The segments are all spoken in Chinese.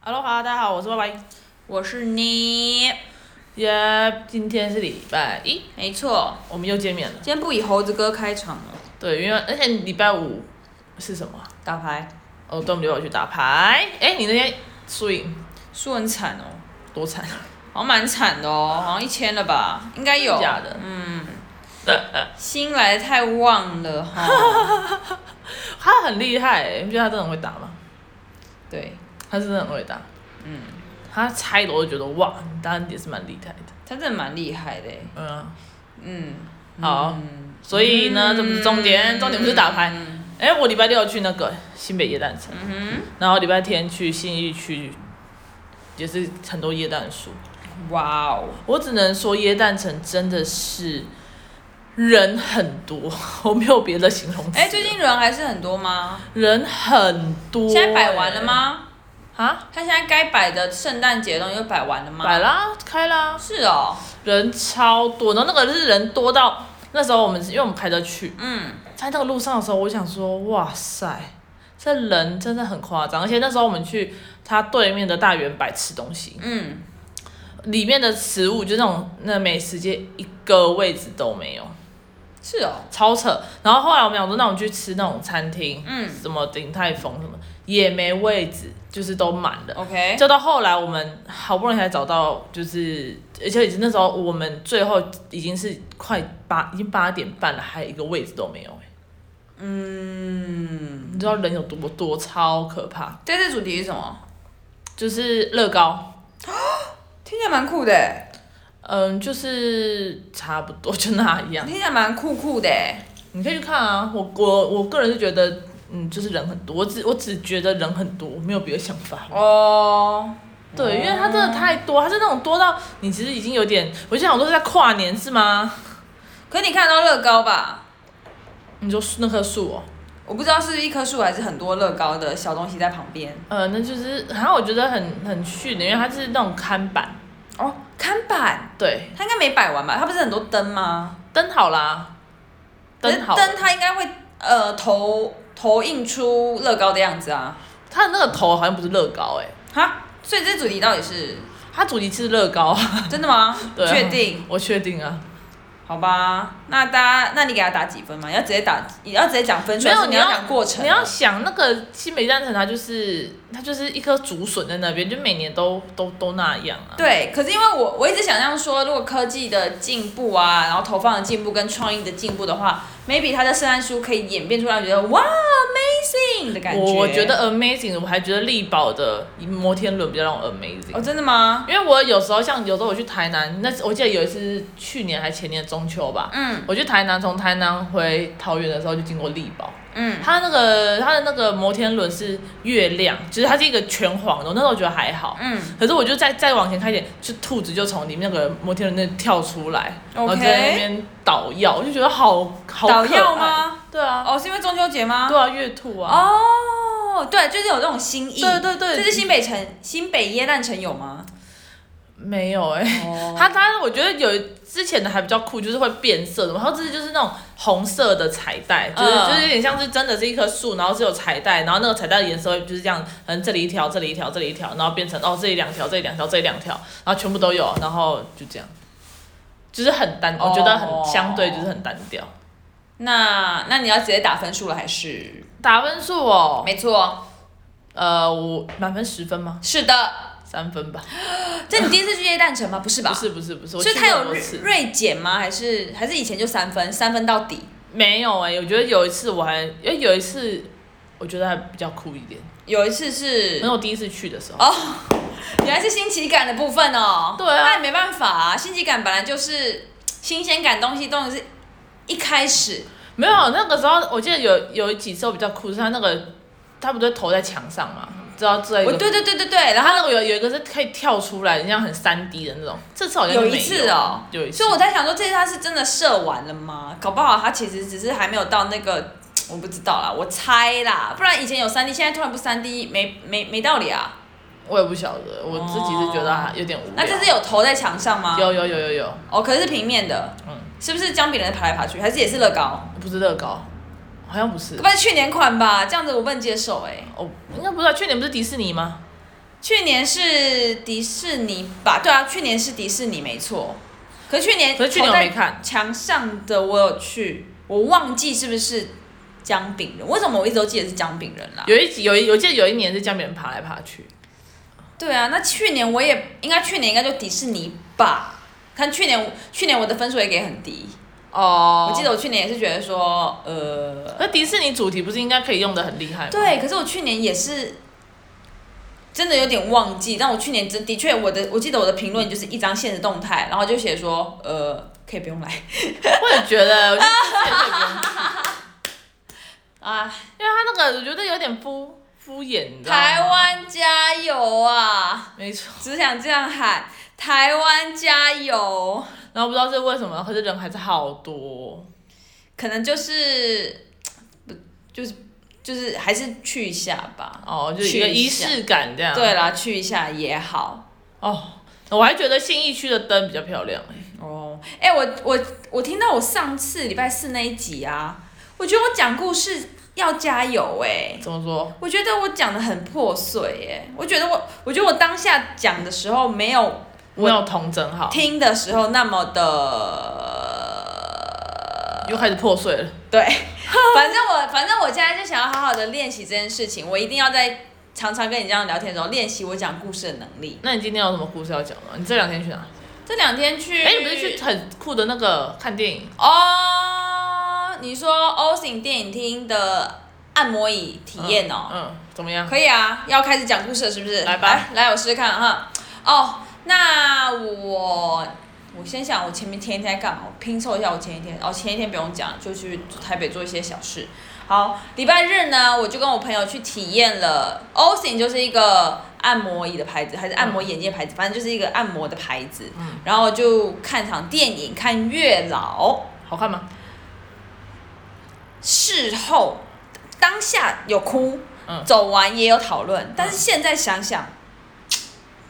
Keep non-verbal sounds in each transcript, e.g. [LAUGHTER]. Hello，哈，大家好，我是歪歪。我是你，耶、今天是礼拜一，没错。我们又见面了。今天不以猴子哥开场哦了，对，因为而且礼拜五是什么啊？打牌哦，端午礼拜五去打牌。哎、你那天输赢输很惨哦，多惨？ [LAUGHS] 好像蛮惨的哦，好像一千了吧，应该有。真假的嗯，新来的太旺了哈。 [LAUGHS] 他很厉害、欸，你觉得他真的很会打吗？对，他是真的很会打。嗯，他猜的我就觉得哇，当然也是蛮厉害的。他真的蛮厉害的耶。嗯啊，嗯，好嗯所以呢，这不是重点，重点不是打牌。嗯哎、我礼拜六去那个新北夜诞城，然后礼拜天去信义区，也是很多椰蛋树。哼，哇哦，我只能说椰蛋城真的是人很多， [LAUGHS] 我没有别的形容词。哎，最近人还是很多吗？人很多、现在摆完了？吗？啊，他现在该摆的圣诞节的东西都摆完了吗？摆啦，开啦，是哦，人超多。然后那个是人多到那时候我们因为我们开车去，嗯，在那个路上的时候，我想说，哇塞，这人真的很夸张。而且那时候我们去他对面的大圆柏吃东西，嗯，里面的食物就那种那美食街一个位置都没有。是哦，超扯。然后后来我们想说，那我们去吃那种餐厅，嗯什么鼎泰丰什么也没位置，就是都满了。 ，OK，就到后来，我们好不容易才找到，就是而且已经那时候我们最后已经是快八，已经八点半了，还有一个位置都没有、欸嗯，你知道人有多多超可怕？这次主题是什么？就是乐高，听起来蛮酷的欸，嗯，就是差不多就那样。听起来蛮酷酷的欸。你可以去看啊，我我我个人是觉得，嗯，就是人很多，我只我只觉得人很多，我没有别的想法。哦，对，因为它真的太多，它是那种多到你其实已经有点，我就想说是在跨年是吗？可你看得到乐高吧？你说那棵树哦，我不知道是一棵树还是很多乐高的小东西在旁边。呃，那就是，然后我觉得很很逊的，因为它是那种看板，哦，看板，对，它应该没摆完吧？它不是很多灯吗？灯好啦，灯好，可是灯它应该会呃投投映出乐高的样子啊。它的那个头好像不是乐高哎、哈，所以这主题到底 [LAUGHS] 是它主题是乐高，？真的吗对啊确定？我确定啊，好吧，那大家，那你给他打几分嘛？你要直接打，你要直接讲分数，没有还是你你要讲过程啊，你要想那个新北战城，它就是它就是一棵竹笋在那边，就每年都都都那样啊，对，可是因为我我一直想象说，如果科技的进步啊，然后投放的进步跟创意的进步的话，maybe 它的圣诞树可以演变出让你觉得哇 amazing 的感觉。我我觉，得 amazing，我还觉得力宝的摩天轮比较让我 amazing。哦，真的吗？因为我有时候像有时候我去台南，那我记得有一次去年还前年中秋吧，嗯我去台南，从台南回桃园的时候就经过力宝，嗯，它那个它的那个摩天轮是月亮，就是它是一个全黄的，我那时候觉得还好，嗯，可是我就再再往前开一点，就兔子就从里面那个摩天轮那跳出来然后 OK 就在那边捣药，我就觉得好好捣可药爱？吗？对啊，哦，是因为中秋节吗？对啊，月兔啊，哦，对，就是有这种新意。对对对这是新北城、新北耶诞城有吗？没有哎、哦， [LAUGHS] 它它我觉得有之前的还比较酷，就是会变色的嘛，然后这是就是那种红色的彩带，就是、嗯就是有点像是真的是一棵树，然后是有彩带，然后那个彩带的颜色会就是这样，可能这里一条，这里一条，这里一条，然后变成哦这里两条，这里两条，这里两条，然后全部都有，然后就这样，就是很单，我觉得哦很相对就是很单调。那那你要直接打分数了还是？打分数哦，没错，呃，我满分十分吗？是的。三分吧？这你第一次去耶诞城吗？不是吧？不是不是不是，我所以去它过很有多锐次锐减吗？还是还是以前就三分，三分到底？没有哎、我觉得有一次我还，因为有一次我觉得还比较酷一点。有一次是那我第一次去的时候，哦，原来是新奇感的部分哦。对啊那也没办法啊，新奇感本来就是新鲜感，东西东西是一开始没有那个时候，我记得有有几次我比较酷，是他那个他不是头在墙上嘛，知道在一我个，对对对对对，然然后后他那个有有一个是可以跳出来，像很三 D 的那种。这次好像有没一次哦，有一次所以我在想说，这次他是真的射完了吗？搞不好他其实只是还没有到那个，我不知道啦，我猜啦，不然以前有三 D，现在突然不三 D，没没没道理啊。我也不晓得，我自己是觉得还有点无聊。哦那这是有头在墙上吗？有有有有有，哦，可是是平面的，嗯是不是姜饼人爬来爬去，还是也是乐高？不是乐高，好像不是不，是去年款吧？这样子我不能接受哎、哦，应该不是啊，去年不是迪士尼吗？去年是迪士尼吧？对啊，去年是迪士尼没错。可是去年可是去年我没看，墙上的我有去，我忘记是不是姜饼人？为什么我一直都记得是姜饼人啦？有一集有一，我记得有一年是江别人爬来爬去，对啊，那去年我也应该去年应该就迪士尼吧？看去年去年我的分数也给很低，哦我记得我去年也是觉得说呃，那迪士尼主题不是应该可以用的很厉害吗？对，可是我去年也是真的有点忘记，但我去年真的确我的我记得我的评论就是一张现实动态，然后就写说呃可以不用来我也觉得，我觉得迪士尼可以不用啊，因为他那个我觉得有点敷敷衍，你知道吗台湾加油啊！没错。只想这样喊：台湾加油！然后不知道是为什么，可是人还是好多。可能就是不就是就是还是去一下吧。哦，就一个去仪一下式感这样。对啦，去一下也好。哦，我还觉得信义区的灯比较漂亮、欸。哦，哎、我我我听到我上次礼拜四那一集啊，我觉得我讲故事要加油哎、怎么说？我觉得我讲的很破碎哎、我觉得我我觉得我当下讲的时候没有没有童真好，听的时候那么的又开始破碎了。对，反正我反正我现在就想要好好的练习这件事情，我一定要在常常跟你这样聊天的时候练习我讲故事的能力。那你今天有什么故事要讲吗？你这两天去哪？这两天去，哎、你不是去很酷的那个看电影？哦？你说 o s i n 电影厅的按摩椅体验哦？嗯，怎么样？可以啊，要开始讲故事了是不是？来吧来，我试试看啊哈。哦，那我我先想，我前面前一天在干嘛？我拼凑一下我前一天。哦，前一天不用讲，就去台北做一些小事。好，礼拜日呢，我就跟我朋友去体验了 Osin，就是一个按摩椅的牌子，还是按摩眼镜的牌子，反正就是一个按摩的牌子。嗯。然后就看场电影，看《月老》。好看吗？事后当下有哭，嗯走完也有讨论，但是现在想想，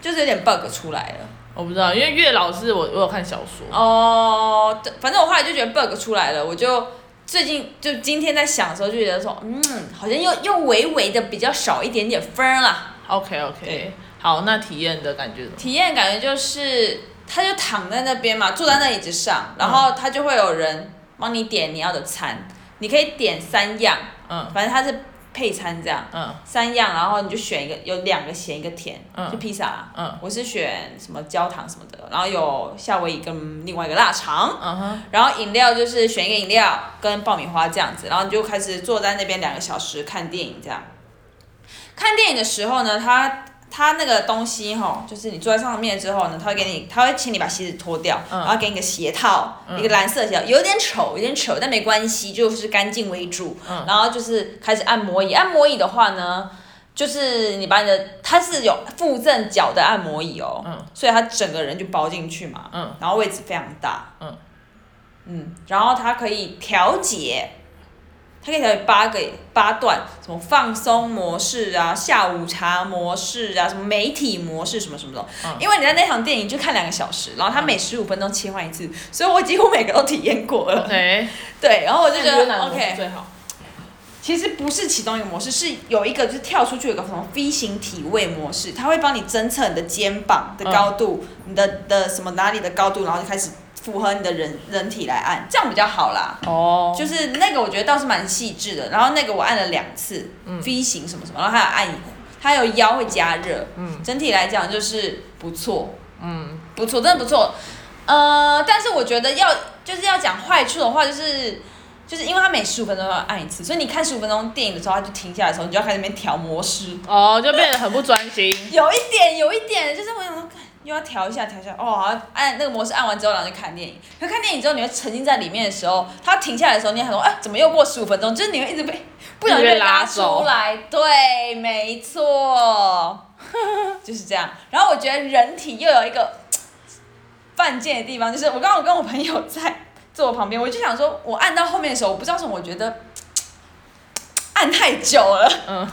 就是有点 bug 出来了。我不知道，因为月老是我我有看小说。哦，对反正我后来就觉得 bug 出来了，我就最近就今天在想的时候就觉得说，嗯，好像又又微微的比较少一点点分儿啦。 OK OK，对好，那体验的感觉怎么样？体验感觉就是，他就躺在那边嘛，坐在那椅子上，然后他就会有人帮你点你要的餐，你可以点三样，嗯反正它是配餐这样。嗯三样，然后你就选一个，有两个咸一个甜，嗯就披萨啊啦。嗯我是选什么焦糖什么的，然后有夏威夷跟另外一个腊肠，嗯哼，然后饮料就是选一个饮料跟爆米花这样子，然后你就开始坐在那边两个小时看电影这样。看电影的时候呢，它它那个东西哈，就是你坐在上面之后呢，它会给你，它会请你把鞋子脱掉，嗯然后给你个鞋套，嗯一个蓝色的鞋套，有点丑，有点丑，但没关系，就是干净为主。嗯然后就是开始按摩椅，按摩椅的话呢，就是你把你的，它是有附赠脚的按摩椅哦，嗯所以它整个人就包进去嘛，嗯然后位置非常大，嗯嗯然后它可以调节，它可以调节八个八段，什么放松模式啊、下午茶模式啊、什么媒体模式什么什么的。嗯因为你在那场电影就看两个小时，然后它每十五分钟切换一次，所以我几乎每个都体验过了。 ，OK，对，然后我就觉那你哪得个模式 OK，最好？其实不是其中一个模式，是有一个就是跳出去有个什么 V 型体位模式，它会帮你侦测你的肩膀的高度，你的的什么哪里的高度，然后就开始符合你的人人体来按，这样比较好啦。哦，就是那个我觉得倒是蛮细致的，然后那个我按了两次、嗯 V 型什么什么，然后还有按还有腰会加热，嗯整体来讲就是不错，嗯，不错，真的不错。呃，但是我觉得要就是要讲坏处的话，就是就是因为它每十五分钟要按一次，所以你看十五分钟电影的时候，它就停下来的时候，你就要开始那边调模式，哦，就变得很不专心。 [LAUGHS] 有一点有一点，就是我想说。又要调一下，调一下，哦，好像按那个模式按完之后，然后就看电影。可看电影之后，你会沉浸在里面的时候，它停下来的时候，你还说，哎，怎么又过十五分钟？就是你会一直被不小心被拉出来。对，没错， [LAUGHS] 就是这样。然后我觉得人体又有一个犯贱的地方，就是我刚刚跟我朋友在坐我旁边，我就想说，我按到后面的时候，我不知道为什么，我觉得按太久了。嗯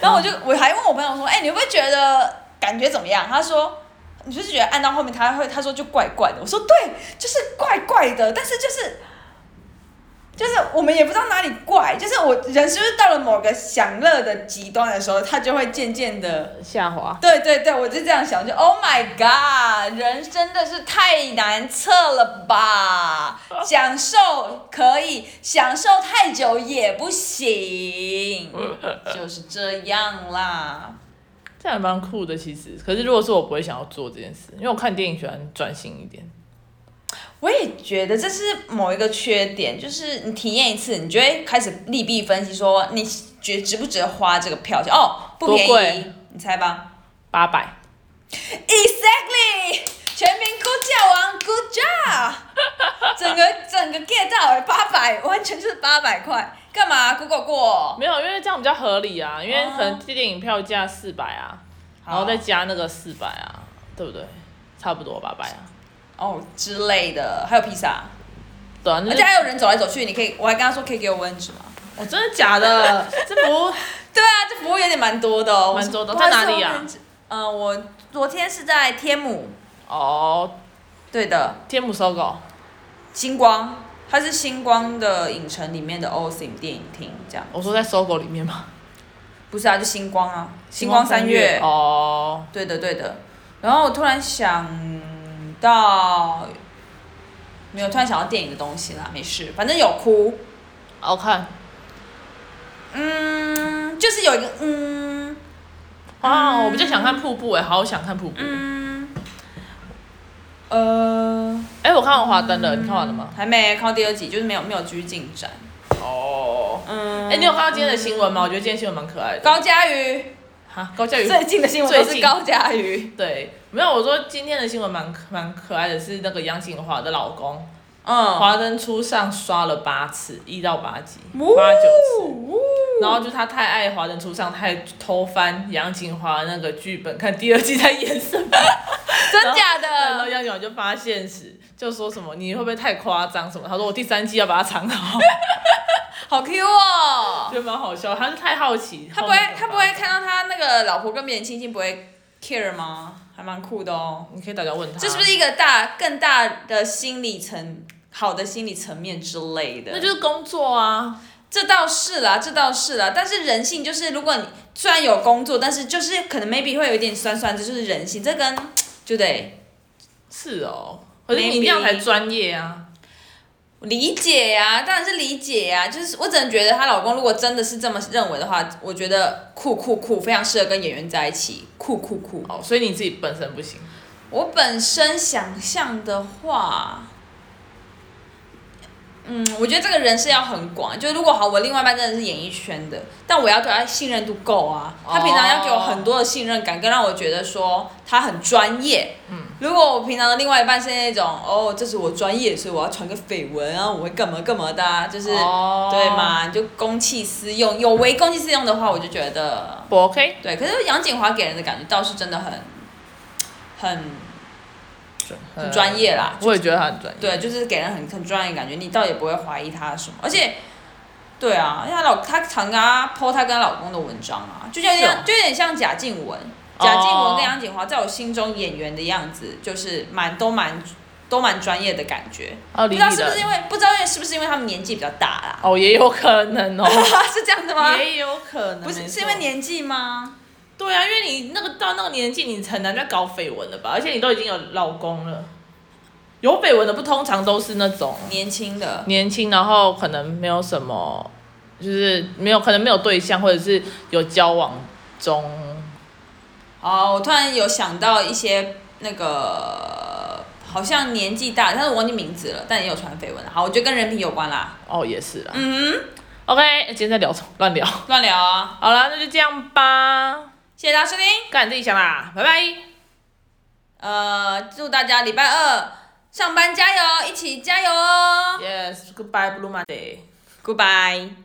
然后我就我还问我朋友说，哎、你会不会觉得感觉怎么样？他说。你就是觉得按到后面他会，他说就怪怪的。我说对，就是怪怪的，但是就是就是我们也不知道哪里怪，就是我人是不是到了某个享乐的极端的时候，他就会渐渐的，下滑。对对对，我就这样想，就 Oh my God，人真的是太难测了吧？享受可以，享受太久也不行，就是这样啦。这样也蛮酷的，其实。可是如果是我，不会想要做这件事，因为我看电影喜欢专心一点。我也觉得这是某一个缺点，就是你体验一次，你就会开始利弊分析，说你觉值不值得花这个票价？哦，不便多贵宜，你猜吧。八百， Exactly，全民估价王，Good job！整 [LAUGHS] 个整个 get 到八百，完全就是八百块，干嘛？Google 过，没有，因为这样比较合理啊，因为哦可能电影票价四百啊，然后再加那个四百啊，对不对？差不多八百啊。哦之类的，还有披萨，对啊，那而就且还有人走来走去，你可以，我还跟他说可以给我温纸吗？哦，真的假的？这不 [LAUGHS] 对啊，这服务有点蛮多的哦，蛮多的我在说哪里啊？不好意思我们呃，我昨天是在天母，哦，对的，天母搜狗星光，它是星光的影城里面的 o s i m 电影厅，这样我说在搜狗里面吗？不是啊，就星光啊，星光三月，哦，对的对的。然后我突然想到，没有，突然想到电影的东西啦，没事，反正有哭，好看嗯，就是有一个嗯啊！我比较想看瀑布哎，好想看瀑布。嗯，呃，哎，我看完华灯了，嗯你看完了吗？还没看到第二集，就是没有没有继续进展，哦，嗯，哎，你有看到今天的新闻吗？我觉得今天新闻蛮可爱的。高佳瑜哈，高佳宇最近的新闻都最是近高佳瑜，对，没有，我说今天的新闻蛮蛮可爱的，是那个杨锦华的老公嗯，华灯初上刷了八次，一到八集，呜八九次。呜然后就他太爱华灯初上，太偷翻杨锦华那个剧本，看第二季在演什么。真假 [LAUGHS] 然后的？杨锦华就发现时，就说什么你会不会太夸张什么？他说我第三季要把它藏好，好 Q 哦！ [LAUGHS] 觉得蛮好笑。他是太好奇，他不会，他不会，看到他那个老婆跟别人亲近不会 care 吗？还蛮酷的哦。你可以打电话问他，这是不？是一个大更大的心理层，好的心理层面之类的？那就是工作啊，这倒是啦，这倒是啦。但是人性就是，如果你虽然有工作，但是就是可能 maybe 会有一点酸酸，这就是人性。这跟就得是哦。可是你这样才专业啊。理解呀、当然是理解呀、就是我只能觉得她老公如果真的是这么认为的话，我觉得酷酷酷，非常适合跟演员在一起，酷酷酷。哦，所以你自己本身不行。我本身想象的话，嗯，我觉得这个人是要很广，就如果好，我另外一半真的是演艺圈的，但我要对他信任度够啊，他平常要给我很多的信任感，跟让我觉得说他很专业。嗯，如果我平常的另外一半是那种哦，这是我专业，所以我要传个绯闻啊，我会干嘛干嘛的、啊，就是、哦对？嘛，你就公器私用，有违公器私用的话，我就觉得不 OK，对，可是杨锦华给人的感觉倒是真的很，很很专业啦。呃我也觉得他很专业。对，就是给人很很专业的感觉，你倒也不会怀疑他什么。而且，对啊，因为她老她常跟她 po 她跟她老公的文章啊，就有点是哦像就有点像贾静雯，贾静雯哦跟杨锦华在我心中演员的样子，就是蛮都蛮都蛮专业的感觉。哦，不李知道李是不的是因为不知道是不是因为他们年纪比较大啦？ [LAUGHS] 哦，也有可能哦，是这样子吗？也有可能，啊不是没是错因为年纪吗？对啊，因为你那个到那个年纪，你很难再搞绯闻了吧？而且你都已经有老公了，有绯闻的不通常都是那种年轻的，年轻，然后可能没有什么，就是没有可能没有对象，或者是有交往中。哦，我突然有想到一些那个，好像年纪大，但是我忘记名字了，但也有传绯闻啊。好，我觉得跟人品有关啦。哦，也是啦。嗯 OK，今天在聊什么？乱聊。哼，乱聊啊！好啦，那就这样吧，谢谢大家收听，干你自己想啦，拜拜。呃，祝大家礼拜二上班加油，一起加油哦哦 Yes，goodbye Blue Monday。 ，Goodbye。